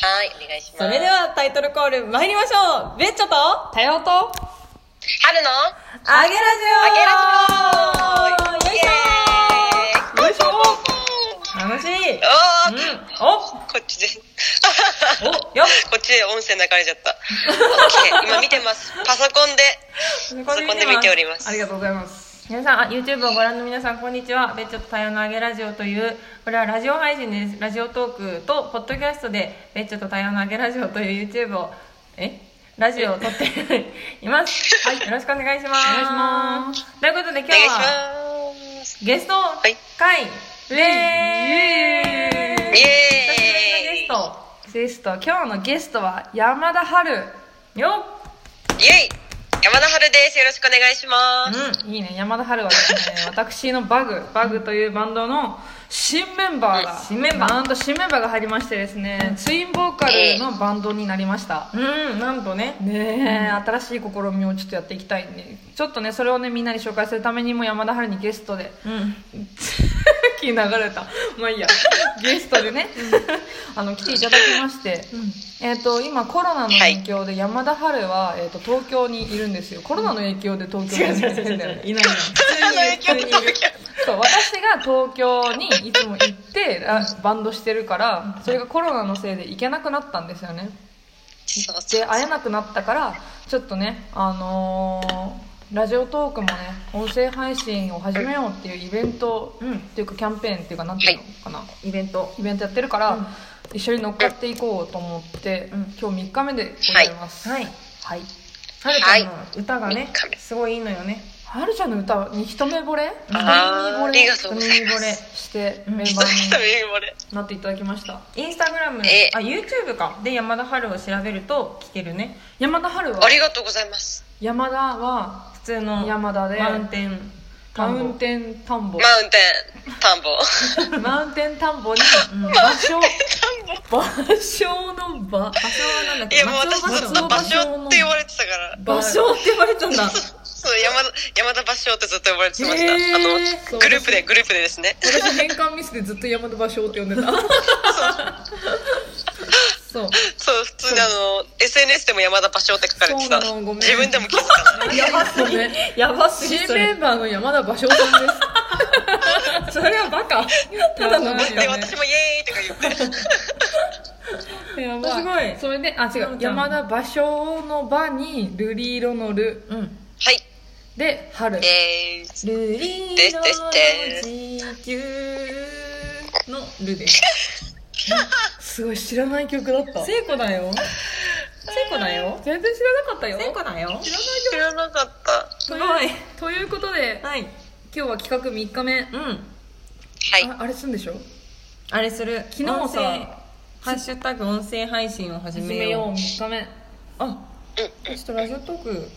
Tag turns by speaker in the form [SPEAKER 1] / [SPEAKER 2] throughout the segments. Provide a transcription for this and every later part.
[SPEAKER 1] はい、お願いします。
[SPEAKER 2] それではタイトルコール参りましょうベッチョと多様と
[SPEAKER 1] 春の
[SPEAKER 2] あげラ
[SPEAKER 1] あげラジオ
[SPEAKER 2] よいしょ
[SPEAKER 1] イエーイ
[SPEAKER 2] よいしょ楽しい
[SPEAKER 1] あー、
[SPEAKER 2] うん
[SPEAKER 1] こっちで。
[SPEAKER 2] おおよっ
[SPEAKER 1] こっちで音声流れちゃった。オッケー今見て ます。パソコンで。パソコンで見ております
[SPEAKER 2] ありがとうございます。皆さん、あ YouTube をご覧の皆さん、こんにちは。ベッチョと多様のあげラジオという、これはラジオ配信です。ラジオトークと、ポッドキャストで、ベッチョと多様のあげラジオという YouTube を、えラジオを撮っています。はい、よろしくお願いします。
[SPEAKER 3] お願いしま
[SPEAKER 2] ということで、今
[SPEAKER 1] お願い
[SPEAKER 2] 日
[SPEAKER 1] し
[SPEAKER 2] は、
[SPEAKER 1] ます。
[SPEAKER 2] ゲスト
[SPEAKER 1] い
[SPEAKER 2] 会、イエーイ
[SPEAKER 1] イエーイ
[SPEAKER 2] 久しぶりのゲ
[SPEAKER 3] ゲスト今日のゲストは山田春
[SPEAKER 2] スト。よっ
[SPEAKER 1] イエイ山田春です。よろしくお願いします。
[SPEAKER 3] いいね山田春はですね私のバグバグというバンドの新メンバーが
[SPEAKER 2] 新メンバー
[SPEAKER 3] なんと新メンバーが入りましてですねツインボーカルのバンドになりました
[SPEAKER 2] うん、なんとね。
[SPEAKER 3] ねえ新しい試みをちょっとやっていきたいんでちょっとねそれをねみんなに紹介するためにも山田春にゲストで
[SPEAKER 2] うん。
[SPEAKER 3] 気流れたまあ いいやゲストでねあの来ていただきまして、えー、と今コロナの影響で山田春は、えー、と東京にいるんですよコロナの影響で東京にいるんです よね
[SPEAKER 2] いないの。
[SPEAKER 1] あの影響で東京
[SPEAKER 3] そう私が東京にいつも行ってラバンドしてるからそれがコロナのせいで行けなくなったんですよね
[SPEAKER 1] そうそう
[SPEAKER 3] で会えなくなったからちょっとねあのーラジオトークもね音声配信を始めようっていうイベント、
[SPEAKER 2] うん
[SPEAKER 3] っていうかキャンペーンっていうかなんていうのかな、
[SPEAKER 2] イベント。
[SPEAKER 3] イベントやってるか
[SPEAKER 2] う
[SPEAKER 3] ら、
[SPEAKER 2] ん
[SPEAKER 3] 一緒に乗っかっていこうと思って、
[SPEAKER 2] うん
[SPEAKER 3] 今日3日目でございます
[SPEAKER 2] はい。
[SPEAKER 3] はい、
[SPEAKER 2] はるちゃんの歌がね
[SPEAKER 1] 三日、目
[SPEAKER 2] すごいいいのよね。
[SPEAKER 3] はるちゃんの歌に一目惚れ
[SPEAKER 1] あー
[SPEAKER 3] 一目惚れ
[SPEAKER 1] ありがとうございます
[SPEAKER 3] 一目惚れして
[SPEAKER 2] うん
[SPEAKER 3] メンバ
[SPEAKER 1] そうそう
[SPEAKER 3] ー
[SPEAKER 1] いうもれ
[SPEAKER 3] になっていただきました
[SPEAKER 2] インスタグラム、
[SPEAKER 1] え
[SPEAKER 2] あ、YouTube か。で、山田春を調べると聞けるね。
[SPEAKER 3] 山田春は
[SPEAKER 1] ありがとうございます。
[SPEAKER 3] 山田は
[SPEAKER 2] 普通の
[SPEAKER 3] 山田で
[SPEAKER 2] マウンテン、
[SPEAKER 3] マウンテン田んぼ
[SPEAKER 1] マウンテン、田んぼ。
[SPEAKER 3] マウンテン田んぼに場所場所の場
[SPEAKER 2] 場所はなんだっ
[SPEAKER 1] い
[SPEAKER 2] け
[SPEAKER 1] や、もう私ずっと場所って言われてたから。
[SPEAKER 2] 場所って言われたんだ。
[SPEAKER 1] そう、山田、山田場所ってずっと呼ばれてました。
[SPEAKER 3] へー
[SPEAKER 1] あ
[SPEAKER 3] そ
[SPEAKER 1] の、
[SPEAKER 3] う
[SPEAKER 1] グループで、グループでですね。
[SPEAKER 3] 私変換ミスでずっと山田場所って呼んでた そう
[SPEAKER 1] そう、普通にあの、SNS でも山田場所って書かれてた。
[SPEAKER 3] そうなのごめん
[SPEAKER 1] 自分でも気づかない。
[SPEAKER 3] やばすぎ
[SPEAKER 2] やばすぎ
[SPEAKER 3] 新
[SPEAKER 2] そ
[SPEAKER 3] メ
[SPEAKER 2] れ。
[SPEAKER 3] ンバーの山田芭蕉さんです
[SPEAKER 2] それはバカ。ただの
[SPEAKER 3] や
[SPEAKER 2] バ
[SPEAKER 3] ば
[SPEAKER 2] カ
[SPEAKER 3] い。
[SPEAKER 1] で、私もイエーイとか言って。
[SPEAKER 3] や
[SPEAKER 2] ばい
[SPEAKER 3] いそれであ違
[SPEAKER 2] そううじゃん
[SPEAKER 3] 山田芭蕉の場に瑠璃色のル
[SPEAKER 2] うん。
[SPEAKER 1] はい、
[SPEAKER 3] で春
[SPEAKER 1] えー、
[SPEAKER 2] ルリーロの地球のルです。
[SPEAKER 3] すごい知らない曲だった
[SPEAKER 2] 聖子だよ。聖子だよ。
[SPEAKER 3] 全然知らなかったよ
[SPEAKER 2] 聖子だよ。
[SPEAKER 1] 知らなかった。は
[SPEAKER 2] すごい。
[SPEAKER 3] ということで
[SPEAKER 2] はい。
[SPEAKER 3] 今日は企画3日目
[SPEAKER 2] うん。
[SPEAKER 1] い。
[SPEAKER 3] ああれすんでしょ
[SPEAKER 2] あれする。
[SPEAKER 3] 昨日
[SPEAKER 2] 音声
[SPEAKER 3] さ
[SPEAKER 2] ハッシュタグ音声配信を始
[SPEAKER 3] 始
[SPEAKER 2] めよ
[SPEAKER 3] め
[SPEAKER 2] う
[SPEAKER 3] よう3日目
[SPEAKER 2] あ
[SPEAKER 1] う
[SPEAKER 2] ちょっとラジオトーク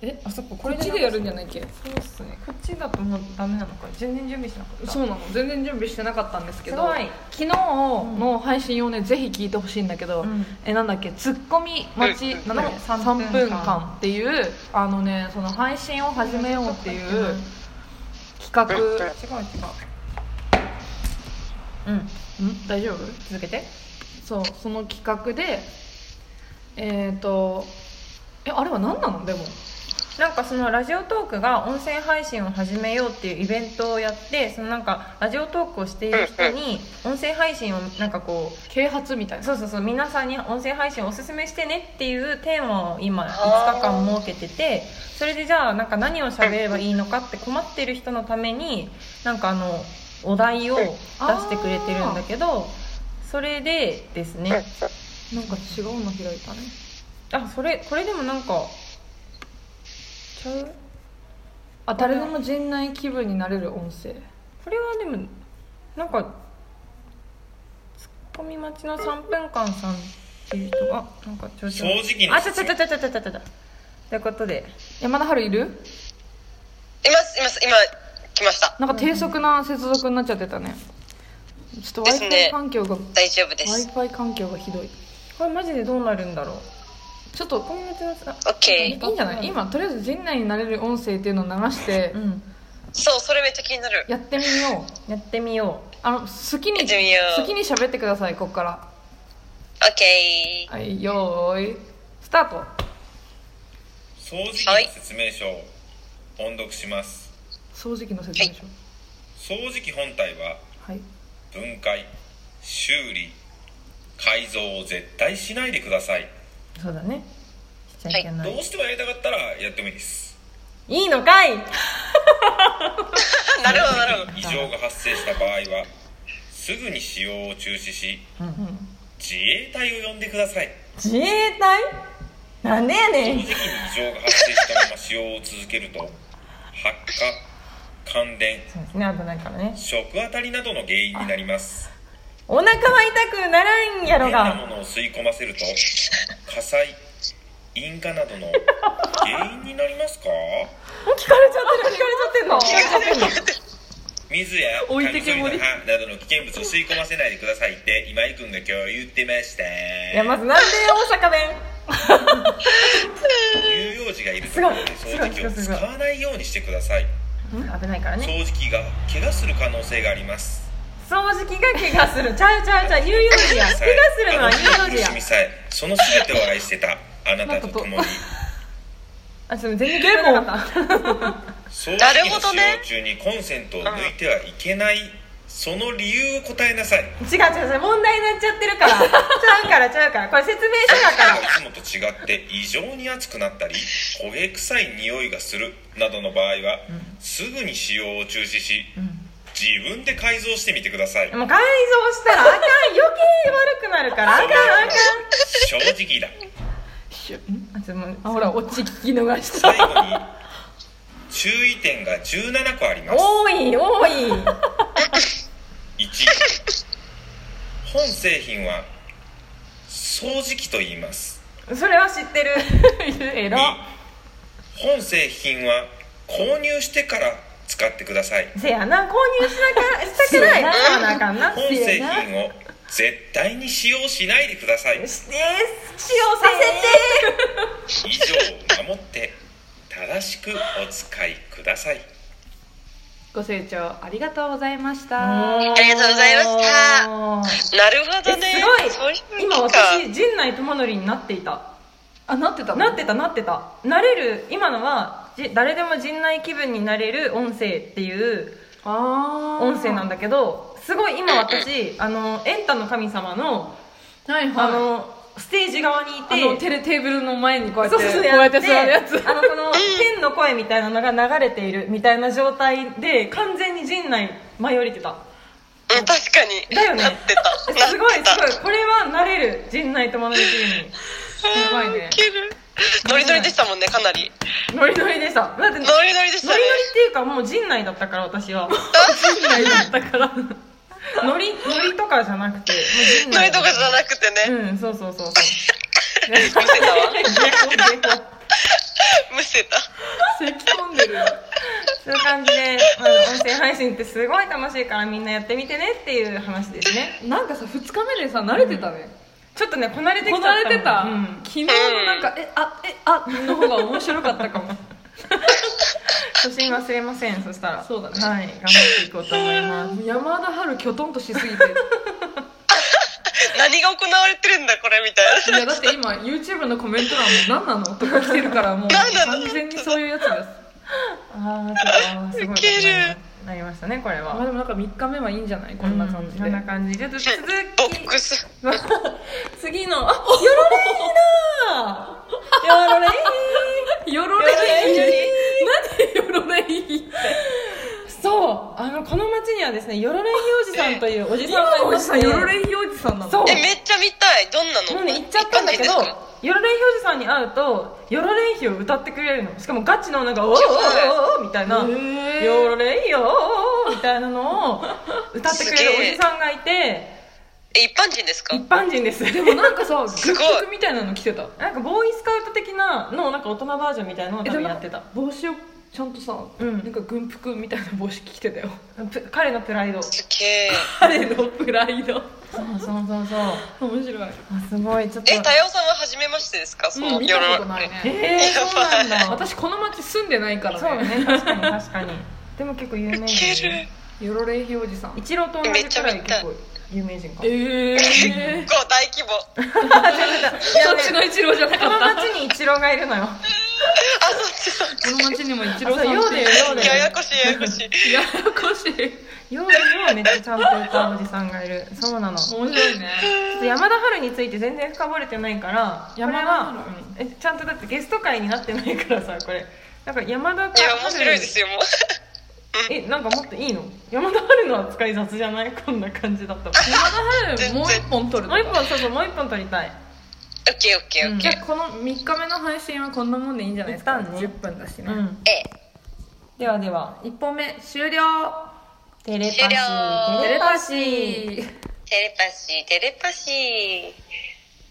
[SPEAKER 3] えあそっかこ
[SPEAKER 2] れ
[SPEAKER 3] れ
[SPEAKER 2] で
[SPEAKER 3] っちでやるんじゃないっけ
[SPEAKER 2] そうっすねこっちだともうダメなのか全然準備しなかった
[SPEAKER 3] そうなの全然準備してなかったんですけど
[SPEAKER 2] すごい
[SPEAKER 3] 昨日の配信をねぜひ聞いてほしいんだけど、
[SPEAKER 2] うん
[SPEAKER 3] えなんだっけツッコミ待ち
[SPEAKER 1] うん
[SPEAKER 3] なんだっけ
[SPEAKER 2] うん
[SPEAKER 3] 3
[SPEAKER 2] 三分
[SPEAKER 3] 分
[SPEAKER 2] 間
[SPEAKER 3] 間っていうあのねその配信を始めようっていう企画
[SPEAKER 1] うん
[SPEAKER 2] 違う違ううん
[SPEAKER 3] ん大丈夫
[SPEAKER 2] 続けて
[SPEAKER 3] そうその企画でえっ、ー、とえあれは何なのでも
[SPEAKER 2] なんかそのラジオトークが音声配信を始めようっていうイベントをやってそのなんかラジオトークをしている人に音声配信をなんかこう
[SPEAKER 3] 啓発みたいな
[SPEAKER 2] そうそうそう皆さんに音声配信をおすすめしてねっていうテーマを今5日間設けててそれでじゃあなんか何を喋ればいいのかって困ってる人のためになんかあのお題を出してくれてるんだけどそれでですね
[SPEAKER 3] なんか違うの開いたね
[SPEAKER 2] あそれこれでもなんかちゃう
[SPEAKER 3] あ誰でも陣内気分になれる音声
[SPEAKER 2] これはでもなんかツッコミ待ちの3分間さんっていう人がなんかちょ
[SPEAKER 4] 正直な
[SPEAKER 2] あちょちょちょちょちょちょちょちょということで
[SPEAKER 3] 山田春いる
[SPEAKER 1] います、います、今、来ました。
[SPEAKER 3] なんか低速な接続になっちゃってたねちょっと
[SPEAKER 1] で
[SPEAKER 3] w
[SPEAKER 1] す
[SPEAKER 3] i
[SPEAKER 1] ね
[SPEAKER 3] f i 環境が、
[SPEAKER 1] 大丈夫で
[SPEAKER 3] w i
[SPEAKER 1] す。
[SPEAKER 3] f i 環境がひどい
[SPEAKER 2] これマジでどうなるんだろう
[SPEAKER 3] ちょっと
[SPEAKER 2] ツッコミ待ちのさ
[SPEAKER 1] オッ
[SPEAKER 3] いい
[SPEAKER 1] ケ
[SPEAKER 3] ん
[SPEAKER 1] ー。
[SPEAKER 3] じゃない今とりあえず陣内になれる音声っていうのを流して
[SPEAKER 2] うん
[SPEAKER 1] そう、それめっちゃ気になる。
[SPEAKER 3] やってみよう
[SPEAKER 2] やってみよう
[SPEAKER 3] あの好きに
[SPEAKER 1] やってみよう
[SPEAKER 3] 好きに喋ってくださいここから
[SPEAKER 1] オ OK。
[SPEAKER 3] はい、よーい、スタート。
[SPEAKER 4] 掃除機の説明書を音読します
[SPEAKER 3] 掃除機の説明書。
[SPEAKER 4] 掃除機本体は
[SPEAKER 3] はい。
[SPEAKER 4] 分解修理改造を絶対しないでください
[SPEAKER 2] そうだね。しちゃいけない。
[SPEAKER 4] どうしてもやりたかったらやってもいいです
[SPEAKER 2] い、いのかい。
[SPEAKER 1] なるほど、なるほど。
[SPEAKER 4] 異常が発生した場合はすぐに使用を中止し
[SPEAKER 2] うん
[SPEAKER 4] 自衛隊を呼んでください
[SPEAKER 2] 自衛隊。なんでやね
[SPEAKER 4] 掃除
[SPEAKER 2] ん
[SPEAKER 4] 機に。異常が発生したまま使用を続けると発火感電
[SPEAKER 2] そうですね、危ないからね。
[SPEAKER 4] 食あたりなどの原因になります
[SPEAKER 2] お腹は痛くならんやろ
[SPEAKER 4] 変な
[SPEAKER 2] が。
[SPEAKER 4] ものを吸い込ませると火災引火などの原因になりますか
[SPEAKER 2] もう聞かれちゃってる、聞かれちゃってんの。
[SPEAKER 4] 水や
[SPEAKER 3] 置い
[SPEAKER 4] 紙
[SPEAKER 3] て
[SPEAKER 4] 取
[SPEAKER 3] け
[SPEAKER 4] り
[SPEAKER 3] ぼ
[SPEAKER 4] の
[SPEAKER 3] り
[SPEAKER 4] 歯などの危険物を吸い込ませないでくださいって今井君が今日言ってました
[SPEAKER 2] いや、まずなんで大阪弁。
[SPEAKER 4] 乳幼児がいるところで掃除機を使わないようにしてください
[SPEAKER 2] 危ないからね。
[SPEAKER 4] 掃除機が怪我する可能性があります
[SPEAKER 2] 掃除機が怪我する。ちゃうちゃうちゃう、乳幼児 や。怪我するのは乳
[SPEAKER 4] あの
[SPEAKER 2] 幼
[SPEAKER 4] 日
[SPEAKER 2] 児
[SPEAKER 4] の
[SPEAKER 2] や
[SPEAKER 4] 苦し。みさえその全てを愛してたあなたと共に
[SPEAKER 2] あ、ちょっと全然聞こえなかった。
[SPEAKER 4] 掃除機の使用中にコンセントを抜いてはいけないその理由を答えなさい
[SPEAKER 2] 違う違う違う問題になっちゃってるからちゃうからちゃうからこれ説明書だから
[SPEAKER 4] いつもと違って異常に熱くなったり焦げ臭い匂いがするなどの場合は、すぐに使用を中止し、自分で改造してみてください
[SPEAKER 2] もう改造したらあかん余計悪くなるからあかんあかん
[SPEAKER 4] 正直だ
[SPEAKER 2] あちょっともう
[SPEAKER 3] あ、ほら、落ち聞き逃した。
[SPEAKER 4] 最後に注意点が17個あります
[SPEAKER 2] 多い多い
[SPEAKER 4] 1本製品は掃除機と言います
[SPEAKER 2] それは知ってる
[SPEAKER 3] え
[SPEAKER 4] 2
[SPEAKER 3] ら。
[SPEAKER 4] 本製品は購入してから使ってください
[SPEAKER 2] せやな購入しなかしたくない
[SPEAKER 3] そうやな
[SPEAKER 2] そうなあかんな
[SPEAKER 4] 本製品を絶対に使用しないでください以
[SPEAKER 2] して使用させて
[SPEAKER 4] 上を守って正しくお使いください
[SPEAKER 3] ご清聴ありがとうございまし
[SPEAKER 2] あ
[SPEAKER 3] た。
[SPEAKER 1] ありがとうございました
[SPEAKER 2] し
[SPEAKER 1] なるほどね。
[SPEAKER 2] す
[SPEAKER 1] そう
[SPEAKER 2] ご
[SPEAKER 1] う
[SPEAKER 2] い
[SPEAKER 1] 風に
[SPEAKER 2] 今
[SPEAKER 1] か
[SPEAKER 2] 私陣内智則になっていた
[SPEAKER 3] あ、なってた
[SPEAKER 2] なってたなってたなれる今のはじ誰でも陣内気分になれる音声っていう
[SPEAKER 3] あー
[SPEAKER 2] 音声なんだけどすごい今私あのエンタの神様の
[SPEAKER 3] はいはい。
[SPEAKER 2] あのステージ側にい
[SPEAKER 3] あの
[SPEAKER 2] て
[SPEAKER 3] テレテーブルの前にこうやって
[SPEAKER 2] そうそう
[SPEAKER 3] こうやって座るやつ
[SPEAKER 2] あの この天の声みたいなのが流れているみたいな状態で完全に陣内舞い降りてた
[SPEAKER 1] うん確かに。
[SPEAKER 2] だよね
[SPEAKER 1] なってた。なってた
[SPEAKER 2] すごいすごいこれはなれる陣内友達に
[SPEAKER 1] す
[SPEAKER 3] ごいね
[SPEAKER 1] ノリノリでしたもんね、かなり。
[SPEAKER 2] ノリノリでしただってノリノリっ
[SPEAKER 1] ノリノリでしたね。
[SPEAKER 2] ていうかもう陣内だったから 私は陣内だったからノリノリとかじゃなくてもう陣
[SPEAKER 1] ノリ
[SPEAKER 2] 内
[SPEAKER 1] とかじゃなくてね。
[SPEAKER 2] うんそうそ うそうそう
[SPEAKER 1] むせたわ。
[SPEAKER 2] 下校下校
[SPEAKER 1] むせた。
[SPEAKER 3] 咳込んでる
[SPEAKER 2] そういう感じで、まあ、音声配信ってすごい楽しいからみんなやってみてねっていう話ですね
[SPEAKER 3] なんかさ2日目でさ慣れてたね、
[SPEAKER 2] ちょっとねこなれてきちゃっ
[SPEAKER 3] こな
[SPEAKER 2] た
[SPEAKER 3] れてた、
[SPEAKER 2] うん、
[SPEAKER 3] 昨日のなんか「えあえあの方が面白かったかも
[SPEAKER 2] 初心忘れませんそしたら
[SPEAKER 3] そうだね
[SPEAKER 2] はい頑張っていこうと思います
[SPEAKER 3] 山田春きょとんとしすぎて
[SPEAKER 1] 何が行われてるんだ、これ、みたい
[SPEAKER 3] いやだって今 YouTube のコメント欄も「何なの?」とか来てるからもう
[SPEAKER 1] 何なの
[SPEAKER 3] 完全にそういうやつです
[SPEAKER 2] ああすごいことになりまなりましたねこれ
[SPEAKER 3] まあ
[SPEAKER 2] は
[SPEAKER 3] でもなんか3日目はいいんじゃないこんな感じ
[SPEAKER 2] こ
[SPEAKER 3] で、
[SPEAKER 2] んな感じでちょっと続
[SPEAKER 1] な。ボックス。
[SPEAKER 2] き次のあよろれいなよろれい
[SPEAKER 3] よろれい
[SPEAKER 2] い
[SPEAKER 3] よろれい
[SPEAKER 2] そうあのこの町にはですねよろれいおじさんというおじさんが
[SPEAKER 3] 今
[SPEAKER 2] い
[SPEAKER 3] のお
[SPEAKER 2] ま
[SPEAKER 3] じ
[SPEAKER 2] し
[SPEAKER 3] さ
[SPEAKER 2] て
[SPEAKER 3] んよろれいおじさんなの
[SPEAKER 2] そう
[SPEAKER 1] え、めっちゃ見たい。どんなの
[SPEAKER 2] もうね行っちゃったんだけど
[SPEAKER 1] 一般人ですか
[SPEAKER 2] ヨロレイヒョウジさんに会うとヨロレイヒを歌ってくれるのしかもガチのなんか「おーおーおーおーみたいな「
[SPEAKER 3] へー
[SPEAKER 2] ヨロレイよー」みたいなのを歌ってくれるおじさんがいて
[SPEAKER 1] え、一般人ですか
[SPEAKER 2] 一般人です
[SPEAKER 3] でもなんか さ
[SPEAKER 1] すごい
[SPEAKER 3] 楽曲みたいなの来てた
[SPEAKER 2] なんかボーイスカウト的なのをなんか大人バージョンみたいなのを多分やってた
[SPEAKER 3] 帽子をちゃんとさ、
[SPEAKER 2] うん
[SPEAKER 3] なんか軍服みたいな帽子着てたよ
[SPEAKER 2] プ彼のプライドそう
[SPEAKER 1] すげえ。
[SPEAKER 3] 彼のプライド
[SPEAKER 2] そうそうそうあ
[SPEAKER 3] 面白い
[SPEAKER 2] すごいちょっと
[SPEAKER 1] え、多様さんは初めましてですかそ
[SPEAKER 3] も
[SPEAKER 1] の、
[SPEAKER 3] う見たこと
[SPEAKER 1] 夜
[SPEAKER 3] ないね
[SPEAKER 2] えー、そうなん だ
[SPEAKER 3] 私この町住んでないから
[SPEAKER 2] そう
[SPEAKER 3] ね
[SPEAKER 2] ね確かに確かにでも結構有名
[SPEAKER 1] いける
[SPEAKER 2] 人
[SPEAKER 3] よろれいひおじさん
[SPEAKER 2] 一郎と同じくらい結構有名人か
[SPEAKER 3] ええ ー、
[SPEAKER 1] 構大規模。あ、
[SPEAKER 3] そっちの一郎じゃな
[SPEAKER 2] こ
[SPEAKER 3] か
[SPEAKER 2] の
[SPEAKER 3] った
[SPEAKER 2] 町にイチローがいるの よ
[SPEAKER 1] そっ
[SPEAKER 3] この町にも一郎
[SPEAKER 2] あ
[SPEAKER 3] さん
[SPEAKER 2] そうよう
[SPEAKER 3] って
[SPEAKER 2] でよう
[SPEAKER 1] ち。ややこしい、ややこしい。
[SPEAKER 3] ややこしい
[SPEAKER 2] ようでもめっちゃちゃんと歌うおじさんがいるそうなのちょ
[SPEAKER 3] 面白いね
[SPEAKER 2] っと山田春について全然深掘れてないからこれ
[SPEAKER 3] 山田春
[SPEAKER 2] はえちゃんとだってゲスト会になってないからさこれなんか山田
[SPEAKER 1] い
[SPEAKER 2] か
[SPEAKER 1] や、面白いです よ、もう。
[SPEAKER 2] えなんかもっといいの山田春の扱い雑じゃない こんな感じだった
[SPEAKER 3] 山田春もう一本撮る
[SPEAKER 2] もう一本そうそうもう一本撮りたい
[SPEAKER 1] オッケー、オッケー、オッ
[SPEAKER 3] じ
[SPEAKER 1] ケ
[SPEAKER 3] ゃ
[SPEAKER 1] ー。
[SPEAKER 3] あこの3日目の配信はこんなもんでいいんじゃないですか、
[SPEAKER 2] 一旦ね
[SPEAKER 3] 10分だし
[SPEAKER 2] う
[SPEAKER 3] ね、
[SPEAKER 2] ん
[SPEAKER 1] え
[SPEAKER 2] ではでは
[SPEAKER 3] 一1本目終了
[SPEAKER 2] テレパシ
[SPEAKER 1] 終了
[SPEAKER 2] ー
[SPEAKER 3] テレパシ
[SPEAKER 2] ー
[SPEAKER 3] ー
[SPEAKER 1] テレパシー、テレパシー。